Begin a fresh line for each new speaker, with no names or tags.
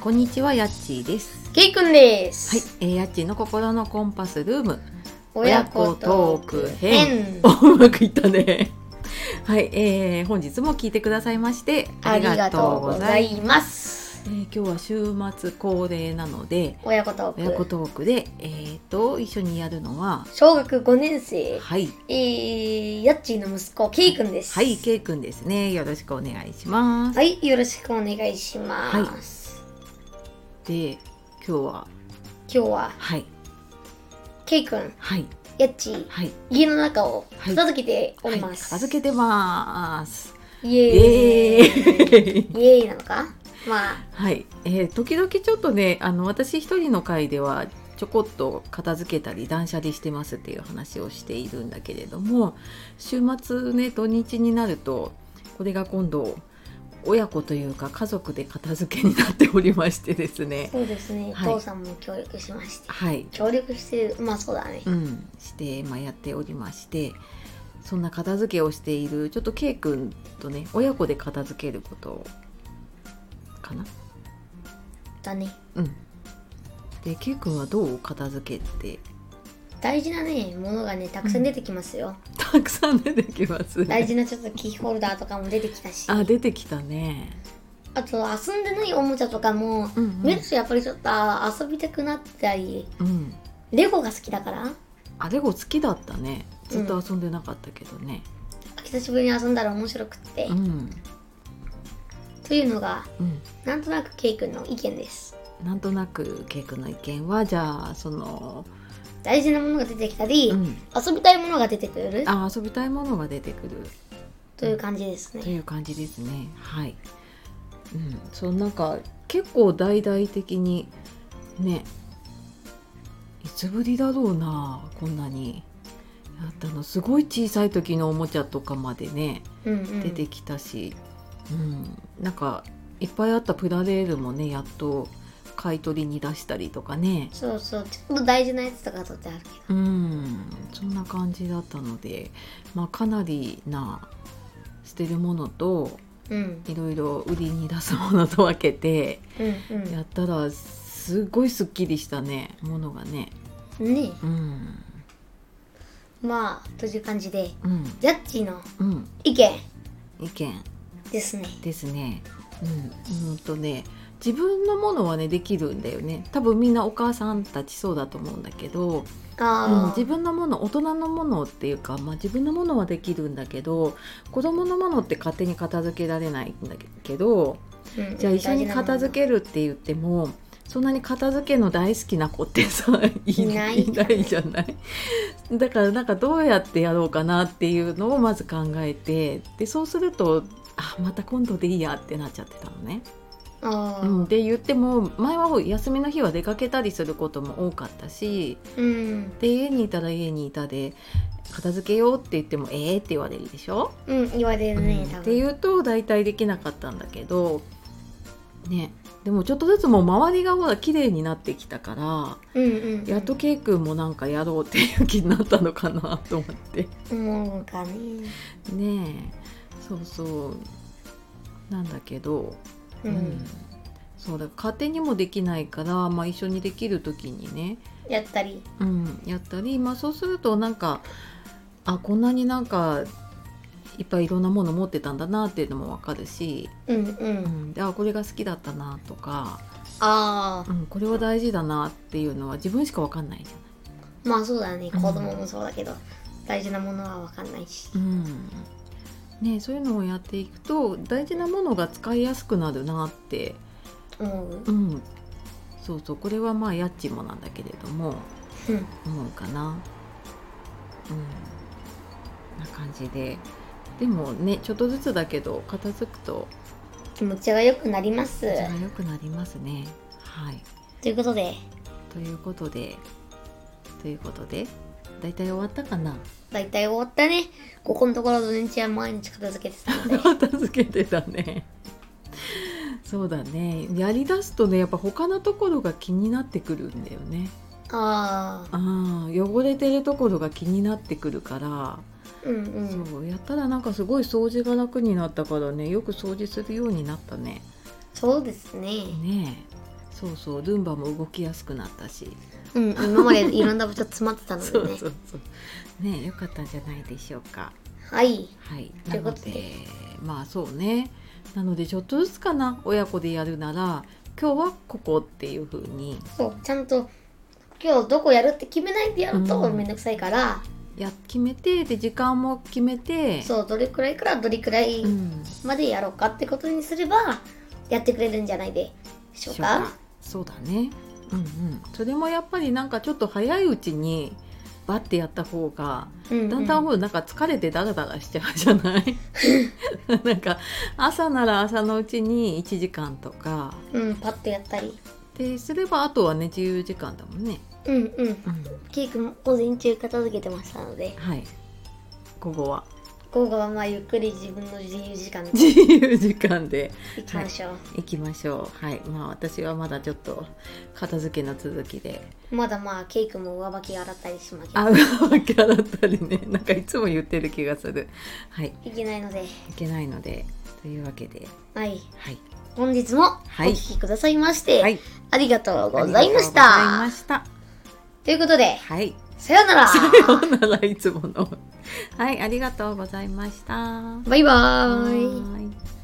こんにちはやっちーです
ケイくんで
はい
す。、
えー、やっちーの心のコンパスルーム
親子トーク編。
お うまくいったねはい、えー、本日も聞いてくださいまして
ありがとうございます。
えー今日は週末恒例なので
親子ト
親
ー
子
ク。
トークでえーと一緒にやるのは
小学5年生、
はい
えー、やっちーの息子、ケイくんです。
はい、けいくんですねよろしくお願いします、
はい。よろしくお願いします。
で今日は
今日は、
はい
ケイくん、
はい
やっちー、
はい
家の中を
はい
片付けてお
は
り
い
ます。
片付けてます
けイエ
イ
ー
エ
イ。
ーイ
イエーイなのかまあ、
はい、えー時々ちょっとねあの私一人の回ではちょこっと片付けたり断捨離してますっていう話をしているんだけれども週末ね土日になるとこれが今度親子というか家族で片付けになっておりましてですね
そうですね。
はい
父さんも協力しまして。
はい、
協力して、まあそうだね。
うん、して、まあ、やっておりましてそんな片付けをしているちょっと K 君とね親子で片付けることかな
だね。
うん。で、ケイ君はどう片付けて。
大事なね、ものがね、たくさん出てきますよ。
たくさん出てきます、ね。
大事なちょっとキーホルダーとかも出てきたしあ
あ、出てきたね。
と遊んでないおもちゃとかも
うん、う
見るとやっぱりちょっとあ遊びたくなったり
ん。うん。
レゴが好きだから
あ、レゴ好きだったね。ずっと遊んでなかったけどね。
久しぶりに遊んだら面白くって、
うん。うん。
というのがなんとなくケイ君の意見です
なんとなくケイ君の意見は、じゃあ、その。
大事なものが出てきたり、
うん。
遊びたいものが出てくる
あ、遊びたいものが出てくる。
という感じです
と
ね
いう感じですね。はい。うん、そうなんか結構大々的にねいつぶりだろうなこんなにやったのすごい小さい時のおもちゃとかまでね
うんうん
出てきたし、うんなんかいっぱいあったプラレールもねやっと買い取りに出したりとかね
そうそうちょっと大事なやつとか取ってあるけど
うんそんな感じだったので、まあ、かなりな捨てるものと
うん
いろいろ売りに出すものと分けて
うん
やったらすごいすっきりしたねものがね
うんね
うん
まあという感じで
うん
ジャッジの
うん
意見
意見
ですね
ですねうんうんとね自分のものはねできるんだよね多分みんなお母さんたちそうだと思うんだけど、うん
ああ、
自分のもの大人のものっていうか、まあ、自分のものはできるんだけど子供のものって勝手に片付けられないんだけど
うん
じゃあ一緒に片付けるって言ってもそんなに片付けの大好きな子って さい
いない
いないじゃないだからなんかどうやってやろうかなっていうのをまず考えてでそうするとあまた今度でいいやってなっちゃってたのね。
あ
う
ー
ん、で言っても前は休みの日は出かけたりすることも多かったし
うん
で家にいたら家にいたで片付けようって言ってもええって言われるでしょ、
うん言われるね、
うん
多
ってい
分
うと大体できなかったんだけどねでもちょっとずつもう周りがほら綺麗になってきたから、
うんうん
やっとケイ君もなんかやろうっていう気になったのかなと思って
思うかね
ねえそうそうなんだけど、
うん、
そうだ勝手にもできないから、まあ、一緒にできる時にね、
やったり
うん、やったり、まあ、そうするとなんかあこんなになんかいっぱいいろんなもの持ってたんだなっていうのもわかるし、
うんうん、
うん、であこれが好きだったなとか、
ああ
うん、これは大事だなっていうのは自分しかわかんないじ
まあそうだね
うん
子供もそうだけど、大事なものは分かんないし
ゃない、うんね、そういうのをやっていくと大事なものが使いやすくなるなって、
思う
うん、そうそうこれはまあやっちもなんだけれども
うん
思うかな。うん、な感じででもねちょっとずつだけど片付くと
気持ちが良くなります
じゃ良くなりますね。はい
ということで
ということでということでだいたい終わったかな
大体終わったねここのところ土日は毎日片付けてたので
片付けてたね。そうだねやりだすとねやっぱ他のところが気になってくるんだよね。
ああ
あー汚れてるところが気になってくるから
うんうん
そうやったらなんかすごい掃除が楽になったからねよく掃除するようになったね
そうですね
ねそうそうルンバも動きやすくなったし、
うん、今までいろんな部長詰まってたの
そ
で
う
ね
そうそうね良かったんじゃないでしょうか
はい
はい
と
な
いうこ
の
とで
でまあそうねなのでちょっとずつかな親子でやるなら今日はここっていう風に
そうちゃんと今日どこやるって決めないでやると
うん
めんどくさいから、
や決めてで時間も決めて
そうどれくらいからどれくらい
うん
までやろうかってことにすればやってくれるんじゃないでしょうか
そうだねうんうんそれもやっぱりなんかちょっと早いうちにバッてやった方が
うう
だんだんほらなんか疲れてダラダラしちゃうじゃない なんか朝なら朝のうちに1時間とか
うんパッとやったり
ですればあとはね自由時間だもんね、
うんうん
うん、
ケイ君も午前中片付けてましたので
はい午後は
午後はまあゆっくり自分の自由時間で
自由時間で
いきましょう、
行きましょうはいまあ私はまだちょっと片付けの続きで
まだまあケイ君も上履き洗ったりしま
あ うわけ洗ったりねなんかいつも言ってる気がするはい
けいけないので
いけないのでというわけで
はい
はい、
本日もお
はい
聞きくださいまして、
はい、
ありがとうござ
あ
い
りがとう
まし
ござい
た
ました
ということで
はい
さような ら
さようならいつものはいありがとうございました
バイバーイ
はーい